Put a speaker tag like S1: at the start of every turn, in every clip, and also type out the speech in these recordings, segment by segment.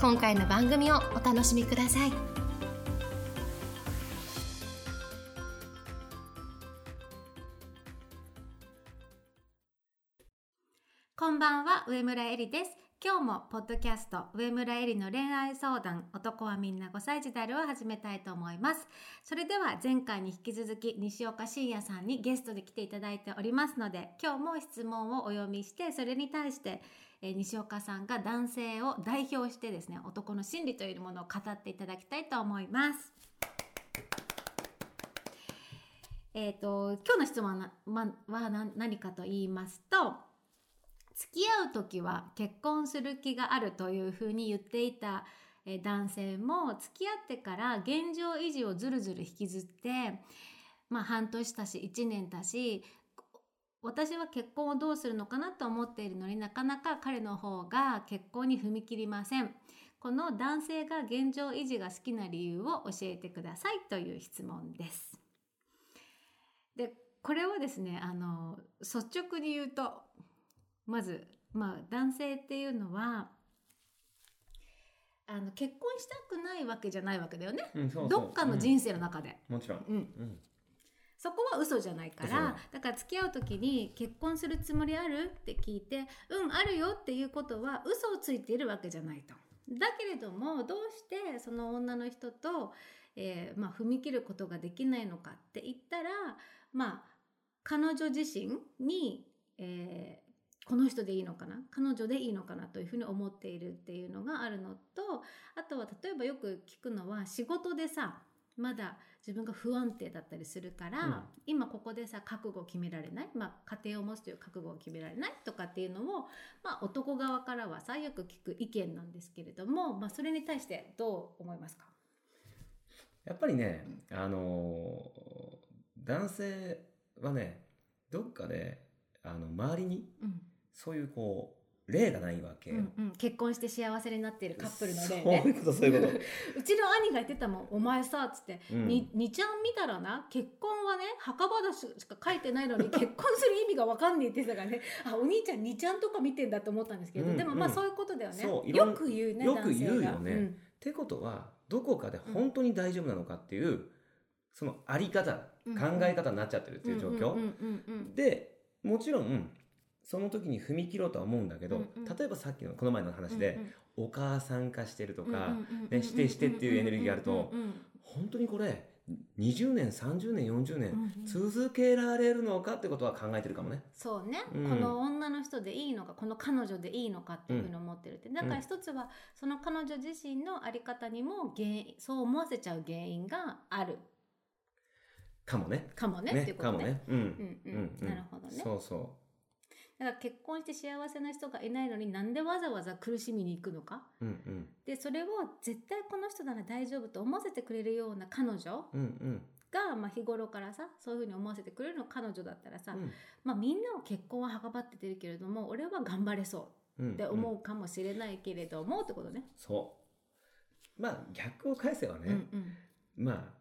S1: 今回の番組をお楽しみください
S2: こんばんは、上村えりです。今日もポッドキャスト、上村えりの恋愛相談、男はみんな5歳児であるを始めたいと思います。それでは前回に引き続き、西岡信也さんにゲストで来ていただいておりますので、今日も質問をお読みして、それに対して、えー西岡さんが男性を代表してですね、男の心理というものを語っていただきたいと思います。えっ、と、今日の質問はな、ま、はな何かと言いますと、付き合う時は結婚する気があるというふうに言っていたえー男性も付き合ってから現状維持をずるずる引きずってまあ半年たし1年たし私は結婚をどうするのかなと思っているのになかなか彼の方が結婚に踏み切りませんこの男性が現状維持が好きな理由を教えてくださいという質問ですでこれをですねあの率直に言うとまず、まあ、男性っていうのはあの結婚したくないわけじゃないわけだよね
S3: うん、そうそう
S2: どっかの
S3: 生、
S2: 人生の中で、
S3: うんもちろん、
S2: うん
S3: うん、
S2: そこは嘘じゃないか
S3: 嘘
S2: らだから付き合う時に「結婚するつもりある?」って聞いて「うんあるよ」っていうことは嘘をついているわけじゃないと。だけれどもどうしてその女の人と、えーまあ、踏み切ることができないのかって言ったらまあ彼女自身に、えーこの人でいいのかな彼女でいいのかなというふうに思っているっていうのがあるのとあとは例えばよく聞くのは仕事でさまだ自分が不安定だったりするから、
S3: うん
S2: 今ここでさ覚悟を決められない、まあ、家庭を持つという覚悟を決められないとかっていうのを、まあ、男側からはさよく聞く意見なんですけれども、まあ、それに対してどう思いますか
S3: やっぱりね、あのー男性はねどっかであの周りに
S2: うん
S3: そういうこう例がないわけ、
S2: うんうん、結婚して幸せになっているカップルの例
S3: そうい
S2: ね
S3: うことそういうこ
S2: うちの兄が言ってたもん「お前さ」っつって
S3: と、う
S2: 「
S3: ん
S2: ににちゃん見たらな結婚はね墓場だししか書いてない のに結婚する意味が分かんねえ」って言ってたからねあお兄ちゃんにちゃんとか見てんだと思ったんですけど、
S3: うん
S2: でもまあ
S3: うん
S2: そういうことだよね
S3: そういろん
S2: よく言うね
S3: よく言うよね
S2: 男性がん
S3: ってことはどこかで本当に大丈夫なのかっていう、そのあり方、
S2: うん
S3: 考え方になっちゃってるっていう状況、
S2: うんうんうんうん
S3: でもちろんその時に踏み切ろうとは思うんだけど、
S2: うんうん
S3: 例えばさっきのこの前の話で、お母さん化してると
S2: と
S3: か、ねしてしてっていうエネルギーがあると本当にこれ20年30年40年続けられるのかってことは考えてるかもね。
S2: そうね、
S3: うん
S2: この女の人でいいのかこの彼女でいいのかっていうふうに思ってるって、だから
S3: うん
S2: 一つはその彼女自身の在り方にも原因そう思わせちゃう原因がある
S3: かもね。
S2: かもねっていうこ
S3: か
S2: と
S3: も
S2: ね。
S3: ね。うん。
S2: うんう
S3: うんんうん
S2: なるほどね
S3: そうそ
S2: だから結婚して幸せな人がいないのになんでわざわざ苦しみに行くのか
S3: う。うん
S2: でそれを絶対この人なら大丈夫と思わせてくれるような彼女
S3: うん。うん
S2: が、まあ、日頃からさそういうふうに思わせてくれるの彼女だったらさ、
S3: うん。
S2: まあ、みんなを結婚ははかばっててるけれども俺は頑張れそう
S3: うん。
S2: って
S3: う
S2: 思
S3: ん。
S2: うかもしれないけれども、ってことね。
S3: そう。まあ逆を返せば
S2: う
S3: ね
S2: ん、うん
S3: まあ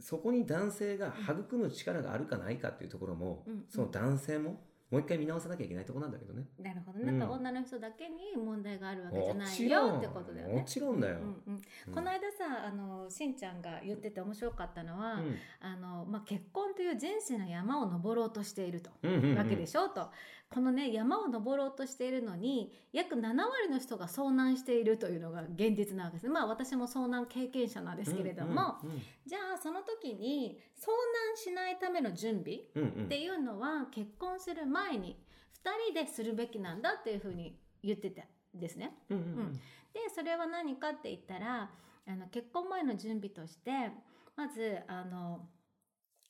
S3: そこに男性が育む力があるかないかっていうところも
S2: うんうん、
S3: その男性ももう一回見直さなきゃいけないところなんだけどね。
S2: なるほど、
S3: うん
S2: なんか女の人だけに問題があるわけじゃ
S3: も
S2: ない
S3: ちろ
S2: よ
S3: ん
S2: ってことだよね。
S3: もちろんだよ。
S2: うんうん
S3: うん
S2: この間さあのしんちゃんが言ってて面白かったのは、
S3: うん
S2: あのまあ、結婚という人生の山を登ろうとしていると。
S3: うんうんうん
S2: わけでしょ、とこのね山を登ろうとしているのに約7割の人が遭難しているというのが現実なわけですまあ私も遭難経験者なんですけれども、
S3: うんうん
S2: じゃあその時に遭難しないための準備
S3: うんうん
S2: っていうのは結婚する前に2人でするべきなんだっていうふうに言ってたんですね。
S3: うん
S2: でそれは何かって言ったらあの結婚前の準備としてまずあの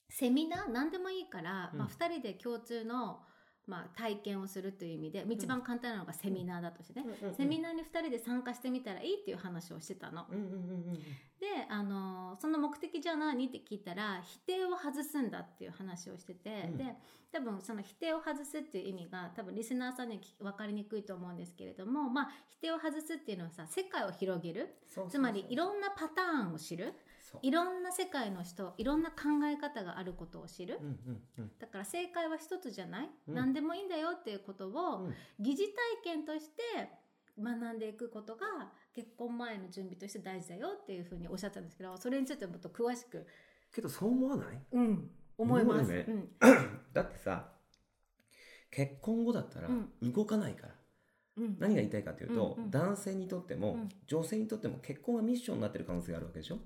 S2: セミナー何でもいいから、
S3: うん
S2: まあ、2人で共通の、まあ、体験をするという意味で一番簡単なのがセミナーだとしてね、セミ
S3: ナ
S2: ナーに2人で参加してみたらいいっていう話をしてたの。
S3: ー。うんうんうんうん。
S2: で、あのその目的じゃ何って聞いたら否定を外すんだっていう話をしてて、
S3: うん
S2: で多分その否定を外すっていう意味が多分リスナーさんにき分かりにくいと思うんですけれども、まあ、否定を外すっていうのはさ世界を広げる
S3: そうそうそう
S2: つまりいろんなパターンを知る
S3: そう
S2: いろんな世界の人いろんな考え方があることを知る。
S3: うんうんうん。
S2: だから正解は一つじゃない、
S3: うん
S2: 何でもいいんだよっていうことを、
S3: うん
S2: 疑似体験として学んでいくことが結婚前の準備として大事だよっていうふうにおっしゃったんですけどそれについてもっと詳しく、
S3: けどそう思わない
S2: うん、思います、
S3: 思うよね
S2: うん
S3: だってさ、結婚後だったら
S2: う
S3: 動かないから。
S2: うん
S3: 何が言いたいかというと、
S2: うんうん
S3: 男性にとっても、
S2: うん
S3: 女性にとっても結婚がミッションになってる可能性があるわけでしょ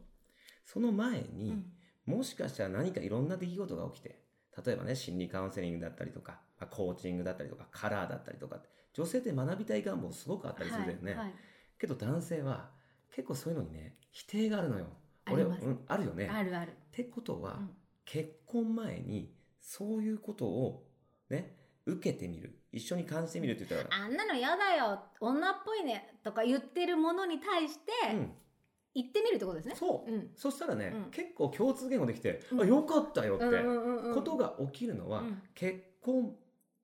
S3: その前
S2: う
S3: に、
S2: ん
S3: もしかしたら何かいろんな出来事が起きて、例えばね、心理カウンセリングだったりとか、まあコーチングだったりとか、カラーだったりとかって、女性って学びたい願望すごくあったりするんだよね。
S2: はいはい
S3: けど男性は結構そういうのにね、否定があるのよ。
S2: あります
S3: うん、あるよね。
S2: あ
S3: っ
S2: るある、
S3: てことは、
S2: うん
S3: 結婚前にそういうことをね、受けてみる。一緒に感じてみるって言ったら、
S2: あんなのやだよ女っぽいねとか言ってるものに対して
S3: うん、
S2: 言ってみるってことですね。
S3: そう。
S2: うん
S3: そしたらね、
S2: うん
S3: 結構共通言語できて、
S2: うん
S3: あよかったよっ
S2: うんう
S3: て
S2: んうんうん
S3: ことが起きるのは、
S2: うん
S3: 結婚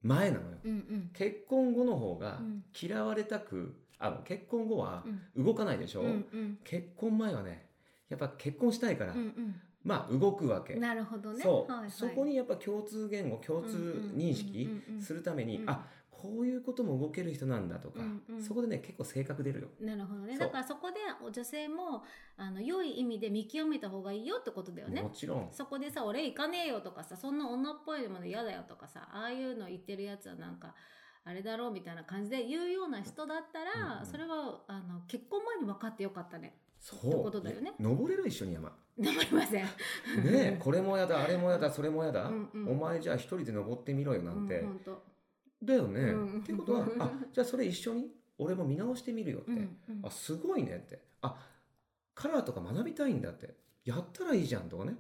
S3: 前なのよ、
S2: うんうん
S3: 結婚後の方が
S2: うん
S3: 嫌われたくあ結婚後は
S2: うん
S3: 動かないでしょ、
S2: うんうん
S3: 結婚前はねやっぱ結婚したいから、
S2: うん
S3: まあ動くわけ、
S2: うんなるほどね。
S3: そう、
S2: はいはい
S3: そこにやっぱ共通言語共通認識す
S2: る
S3: るために、
S2: うん
S3: あこういうことも動ける人なんだとか、
S2: うんうん
S3: そこでね結構性格出るよ
S2: なるほどね
S3: そう
S2: だからそこで女性もあの良い意味で見極めた方がいいよってことだよね
S3: もちろん
S2: そこでさ「俺行かねえよ」とかさ「そんな女っぽいもの嫌だよ」とかさああいうの言ってるやつはなんかあれだろうみたいな感じで言うような人だったら、
S3: うんうん
S2: それはあの結婚前に分かってよかったね
S3: そう
S2: ってことだよね
S3: 登れる一緒に 山
S2: 頑張りません
S3: ね えこれもやだあれもやだそれもやだ、
S2: うんうん
S3: お前じゃあ一人で登ってみろよなんて、
S2: うんほんと
S3: だよね、
S2: うん
S3: って ことはあじゃあそれ一緒に俺も見直してみるよって、
S2: うんうん
S3: あすごいねってあカラーとか学びたいんだってやったらいいじゃんとかね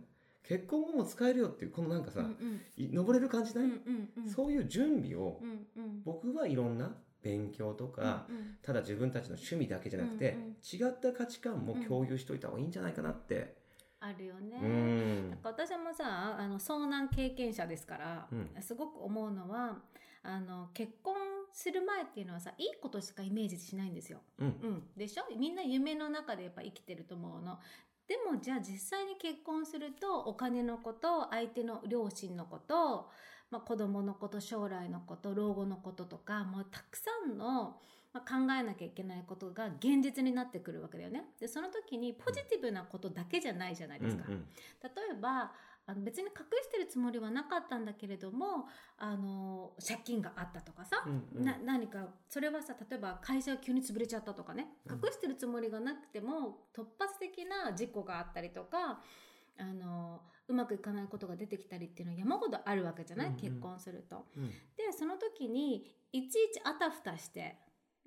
S3: 結婚後も使えるよっていうこのなんかさ、
S2: うんうん
S3: い登れる感じ
S2: う
S3: ない、
S2: んうんうん
S3: そういう準備を、
S2: うんうん
S3: 僕はいろんな勉強とか、
S2: うんうん
S3: ただ自分たちの趣味だけじゃなくて、
S2: うんうん
S3: 違った価値観も共有しといた方がいいんじゃないかなって、
S2: あるよね
S3: う。ん
S2: なんか私もさあの遭難経験者ですから、
S3: うん
S2: すごく思うのはあの結婚する前っていうのはさいいことしかイメージしないんですよ。
S3: うん
S2: うん、でしょみんな夢の中でやっぱ生きてると思うの。でもじゃあ実際に結婚するとお金のこと相手の両親のこと、まあ、子供のこと将来のこと老後のこととかもうたくさんの、まあ、考えなきゃいけないことが現実になってくるわけだよね。でその時にポジティブなことだけじゃないじゃないですか。
S3: うんうん
S2: 例えばあの別に隠してるつもりはなかったんだけれどもあの借金があったとかさ、
S3: うんうん
S2: な何かそれはさ例えば会社が急に潰れちゃったとかね
S3: うん
S2: 隠してるつもりがなくても突発的な事故があったりとかあのうまくいかないことが出てきたりっていうのは山ほどあるわけじゃない、
S3: うんうん
S2: 結婚すると。
S3: うん
S2: でその時にいちいちあたふたして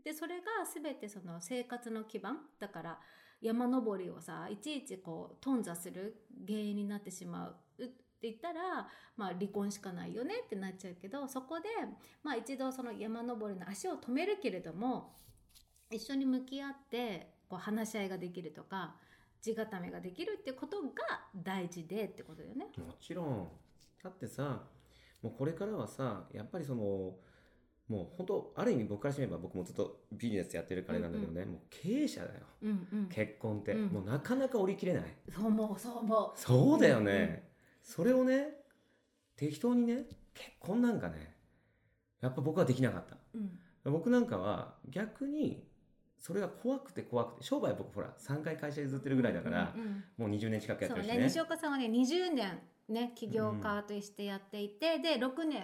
S2: でそれが全てその生活の基盤だから山登りをさいちいちこう頓挫する原因になってしまうって言ったら、まあ、離婚しかないよねってなっちゃうけどそこで、まあ、一度その山登りの足を止めるけれども一緒に向き合ってこう話し合いができるとか地固めができるってことが大事でってことだよね。
S3: もちろん。だってさ、もうこれからはさ、やっぱりその、もう本当、ある意味僕からしてみれば僕もずっとビジネスやってるからあれなんだけどね、もう経営者だよ。
S2: うんうん、
S3: 結婚って、
S2: うん
S3: もうなかなか折り切れない。
S2: そう思うそう思
S3: そうだよね。
S2: うんうん
S3: それをね、適当にね、結婚なんかね、やっぱ僕はできなかった。
S2: う。うん
S3: 僕なんかは逆に、それが怖くて怖くて、商売僕ほら、3回会社譲ってるぐらいだから、
S2: うんうん
S3: もう20年近くやっ
S2: そ
S3: て
S2: う
S3: るし
S2: ね
S3: ね。
S2: 西岡さんはね20年ね起業家としてやっていて、で6年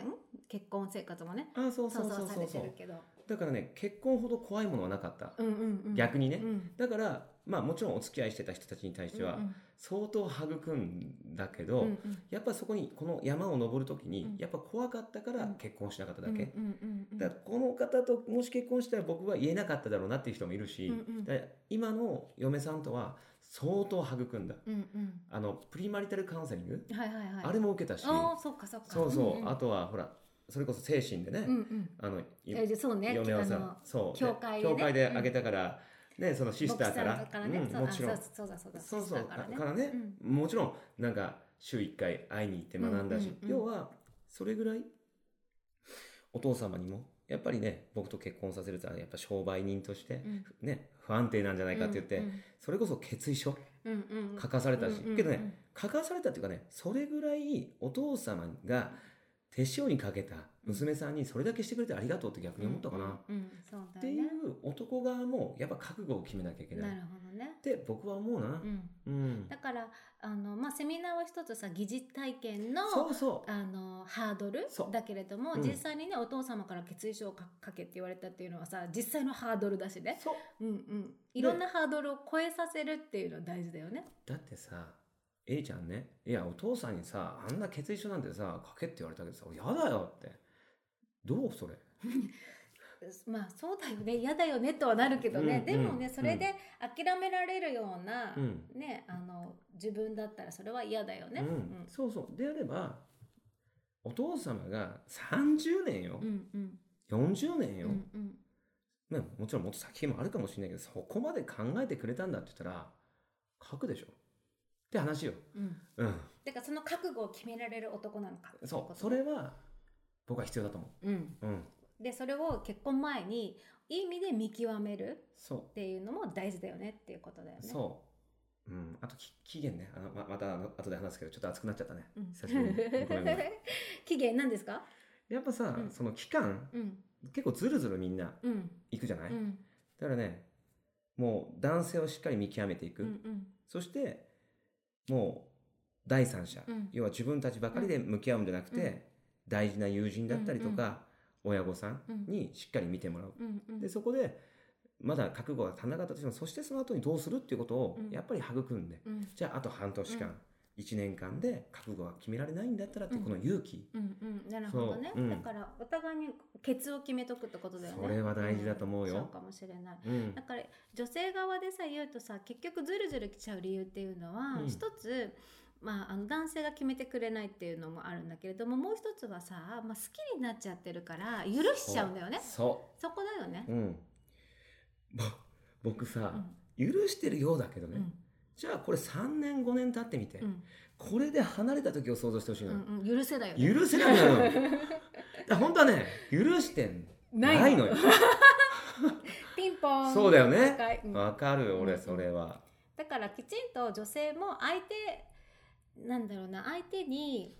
S2: 結婚生活もね
S3: ああ、そう
S2: そ
S3: そうう
S2: そ
S3: そうう
S2: さ
S3: そ
S2: れ
S3: う
S2: て
S3: そう
S2: る。けど
S3: だからね、結婚ほど怖いものはなかった。
S2: うんうんうん
S3: 逆にね、
S2: うん
S3: だから、まあもちろんお付き合いしてた人たちに対しては
S2: うんうん
S3: 相当育んだけど、
S2: うんうん
S3: やっぱそこにこの山を登る時に、
S2: うん
S3: やっぱ怖かったから
S2: うん
S3: 結婚しなかっただけ、
S2: うんうんうん
S3: だからこの方ともし結婚したら僕は言えなかっただろうなっていう人もいるし、
S2: うんうん
S3: だから今の嫁さんとは相当育んだ
S2: うん
S3: あのプリマリタルカウンセリング、
S2: うんはいはいはい
S3: あれも受けたし
S2: あーそっかそっか
S3: そうそう、
S2: んん
S3: あとはほらそれこそ精神でね、
S2: うんうん
S3: あの
S2: えそうね
S3: 嫁を
S2: あ
S3: さ
S2: の
S3: そう
S2: 教会でね
S3: 教会であげたから、ねそのシスターか
S2: 牧師さん
S3: ら
S2: からね、
S3: うん
S2: そう
S3: もちろ
S2: あ
S3: ん
S2: そうだそうだ
S3: そう
S2: シス
S3: そ
S2: タ
S3: う
S2: ーからね
S3: だからね
S2: うん
S3: もちろんなんか週1回会いに行って学んだし、
S2: うんうんうん
S3: 要はそれぐらいお父様にもやっぱりね僕と結婚させるとはやっぱ商売人として
S2: う、ん
S3: ね不安定なんじゃないかって言って、それこそ決意書
S2: うんうんうん
S3: 書かされた
S2: う
S3: し、
S2: んうんうん
S3: けどね書かされたっていうかねそれぐらいお父様が手塩にかけた娘さんにそれだけしてくれてありがとうって逆に思ったかな、っ
S2: うんうんうんそうだ
S3: て
S2: ね
S3: いう男側もやっぱ覚悟を決めなきゃいけない
S2: な
S3: っ
S2: るほどね、
S3: て僕は思うな
S2: う。ん、
S3: うん、
S2: だからあの、まあ、セミナーは一つさ疑似体験の
S3: そうそう
S2: あのハードル
S3: そう
S2: だけれども、
S3: うん
S2: 実際にねお父様から決意書をか書けって言われたっていうのはさ実際のハードルだしね、
S3: そう
S2: うんうん、いろんなハードルを超えさせるっていうのは大事だよね。
S3: だってさエリちゃんねいやお父さんにさあんな決意書なんてさ書けって言われたけどさ俺やだよってどうそれ
S2: まあそうだよね嫌だよねとはなるけどね、
S3: うん
S2: でもね
S3: うん
S2: それで諦められるような、
S3: うん
S2: ね、あの自分だったらそれは嫌だよね。
S3: うんそうそうであればお父様が30年よ
S2: う、んうん
S3: 40年
S2: う
S3: よ、
S2: んうん
S3: ね、もちろんもっと先もあるかもしれないけどそこまで考えてくれたんだって言ったら書くでしょって話よ。
S2: うん
S3: うん、
S2: だからその覚悟を決められる男なのかってこ
S3: そ
S2: と
S3: うそれは僕は必要だと思
S2: うん、
S3: う。うん、
S2: でそれを結婚前にいい意味で見極める
S3: そ
S2: っていうのも大事だよねっていうことだよ
S3: う
S2: ね。
S3: そう、うん、あとき期限ねあのままたあの後で話すけどちょっと熱くなっちゃったね。
S2: うん
S3: 久しぶりにごめんごめん
S2: 期限なんですか？
S3: やっぱさ、
S2: うん
S3: その期間
S2: うん
S3: 結構ずるずるみんな
S2: うん
S3: 行くじゃない、
S2: うんうん
S3: だからねもう男性をしっかり見極めていく、
S2: うん
S3: そしてもう第三者、
S2: うん
S3: 要は自分たちばかりで向き合うんじゃなくて、
S2: うん
S3: 大事な友人だったりとか、親御さん
S2: うん
S3: にしっかり見てもらう、
S2: うんうん
S3: でそこでまだ覚悟が足んなかったとしてもそしてその後にどうするっていうことを
S2: うん
S3: やっぱり育んで、
S2: うん
S3: じゃああと半年間、
S2: うん
S3: 一1年間で覚悟が決められないんだったらって
S2: うん
S3: この勇気、
S2: うんうんなるほどね。
S3: そううん
S2: だからお互いにケツを決めとくってことだよね。
S3: それは大事だと思うよ
S2: んそうかもしれない。
S3: うん
S2: だから女性側でさ言うとさ結局ズルズル来ちゃう理由っていうのは、
S3: うん
S2: 一つ、まあ、あの男性が決めてくれないっていうのもあるんだけれどももう一つはさ、まあ、好きになっちゃってるから許しちゃうんだよね
S3: そ
S2: そこだよね
S3: う、。うん、ぼ僕
S2: う
S3: さ、
S2: ん
S3: 許してるようだけど
S2: う
S3: ね、
S2: ん
S3: じゃあこれ3年5年経ってみて、
S2: うん
S3: これで離れた時を想像してほしいのよ、
S2: うんうん、許せないよね
S3: 許せないのよだ から本当はね許して
S2: ない
S3: ないのよ
S2: ピンポーン
S3: そうだよね
S2: 高いうん
S3: わかるよ
S2: う
S3: 俺
S2: ん
S3: それは、
S2: だからきちんと女性も相手なんだろうな相手に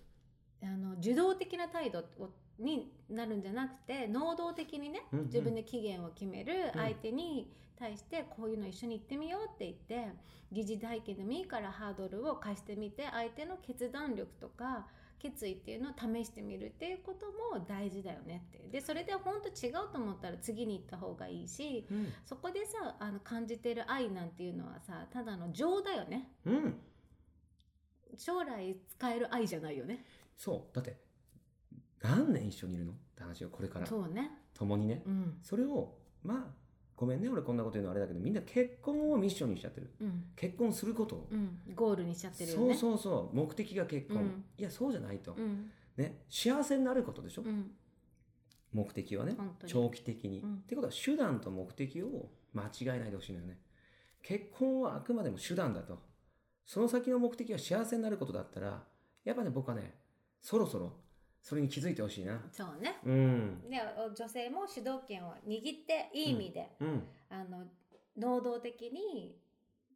S2: あの受動的な態度をになるんじゃなくて能動的にね
S3: うんうん
S2: 自分で期限を決める
S3: うん
S2: 相手に対してこういうの一緒に行ってみようって言って疑似体験でもいいからハードルを貸してみて相手の決断力とか決意っていうのを試してみるっていうことも大事だよねっていうでそれで本当違うと思ったら次に行った方がいいし
S3: うん
S2: そこでさあの感じてる愛なんていうのはさただの情だよね
S3: うん、
S2: 将来使える愛じゃないよね
S3: そうだって何年一緒にいるのって話をこれから
S2: そうね
S3: 共にね、
S2: うん
S3: それをまあごめんね俺こんなこと言うのあれだけどみんな結婚をミッションにしちゃってる
S2: うん
S3: 結婚することを、
S2: うんゴールにしちゃってるよ
S3: そう
S2: ねう
S3: そうそう目的が結婚、
S2: うん
S3: いやそうじゃないと、
S2: ん
S3: ね幸せになることでしょ、
S2: うん
S3: 目的はね
S2: 本当に
S3: 長期的に、
S2: うん
S3: ってことは手段と目的を間違えないでほしいのよね結婚はあくまでも手段だとその先の目的は幸せになることだったらやっぱね僕はねそろそろそれに気づいてほしいな
S2: そうね
S3: うん
S2: で女性も主導権を握っていい意味で、
S3: うん
S2: あの能動的に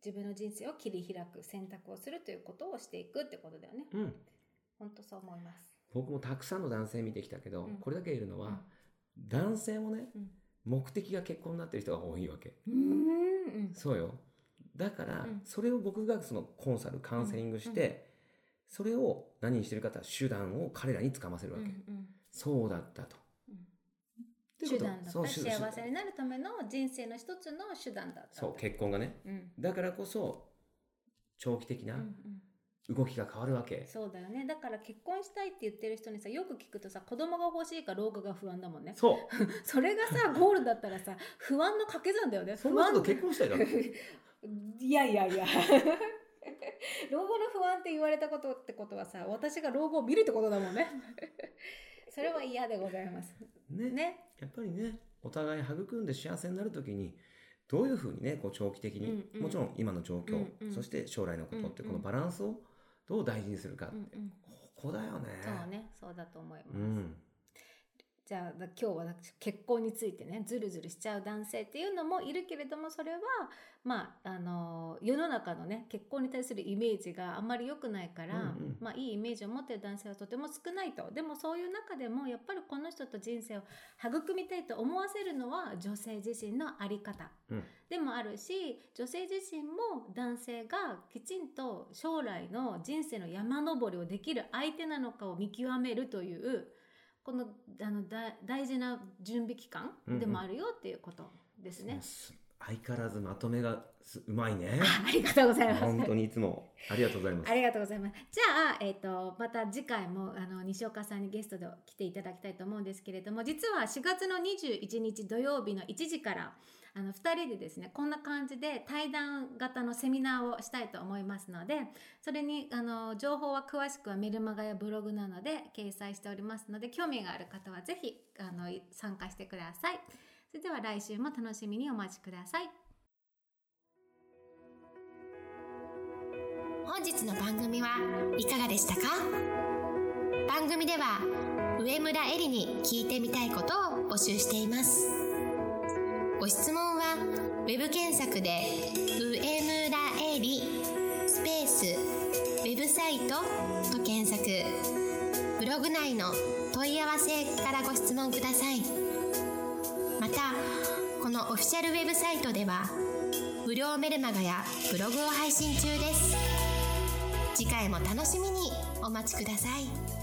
S2: 自分の人生を切り開く選択をするということをしていくってことだよね
S3: うん
S2: 本当そう思います
S3: 僕もたくさんの男性見てきたけど、
S2: うん
S3: これだけ言えるのは、男性もね、
S2: うん
S3: 目的が結婚になってる人が多いわけ
S2: うんうん
S3: そうよだから、
S2: うん
S3: それを僕がそのコンサルカウンセリングして、それを何にしてるかっていうと手段を彼らにつかませる
S2: う
S3: わ
S2: ん
S3: け、
S2: うん
S3: そうだったと。
S2: うん
S3: というこ
S2: 手
S3: と
S2: 段だった
S3: そう手段
S2: 幸せになるための人生の一つの手段だった
S3: そう結婚がね
S2: うん
S3: だからこそ長期的
S2: う
S3: なん
S2: うん
S3: 動きが変わるわけ、
S2: そうだよねだから結婚したいって言ってる人にさよく聞くとさ子供が欲しいか老化が不安だもんね
S3: そう
S2: それがさゴールだったらさ不安の掛け算だよね
S3: そんな人と
S2: 不安
S3: 結婚したいだろ
S2: いやいやいや 老後の不安って言われたことってことはさ私が老後を見るってことだもんねそれは嫌でございます。
S3: ね
S2: ね。
S3: やっぱりねお互い育んで幸せになる時にどういうふうにねこう長期的に、
S2: うんうん
S3: もちろん今の状況、
S2: うんうん
S3: そして将来のことって、
S2: うん
S3: こ
S2: うん
S3: のバランスをどう大事にするか、
S2: うんうん。
S3: ここだよね。
S2: そうね、そうだと思います。
S3: うん
S2: じゃあだ今日は私結婚についてねズルズルしちゃう男性っていうのもいるけれどもそれはまああの世の中のね結婚に対するイメージがあんまり良くないから、
S3: うんうん
S2: まあ、いいイメージを持ってる男性はとても少ないとでもそういう中でもやっぱりこの人と人生を育みたいと思わせるのは女性自身の在り方
S3: うん
S2: でもあるし女性自身も男性がきちんと将来の人生の山登りをできる相手なのかを見極めるというこのあのだ大事な準備期間
S3: うんうん
S2: でもあるよっていうことですね。
S3: す相変わらずまとめがすうまいね。
S2: ありがとうございます。
S3: 本当にいつもありがとうございます
S2: あ。りがとうございます。じゃあ、えっ、と、また次回も、あの、西岡さんにゲストで来ていただきたいと思うんですけれども、実は4月の21日土曜日の1時から、あの、2人でですね、こんな感じで対談型のセミナーをしたいと思いますので、それに、あの、情報は詳しくはメルマガやブログなので掲載しておりますので、興味がある方はぜひ、あの、参加してください。それでは来週も楽しみにお待ちください。
S1: 本日の番組はいかがでしたか番組では上村えりに聞いてみたいことを募集していますご質問はウェブ検索で「上村えり」スペース「ウェブサイト」と検索ブログ内の問い合わせからご質問くださいまたこのオフィシャルウェブサイトでは無料メルマガやブログを配信中です次回も楽しみにお待ちください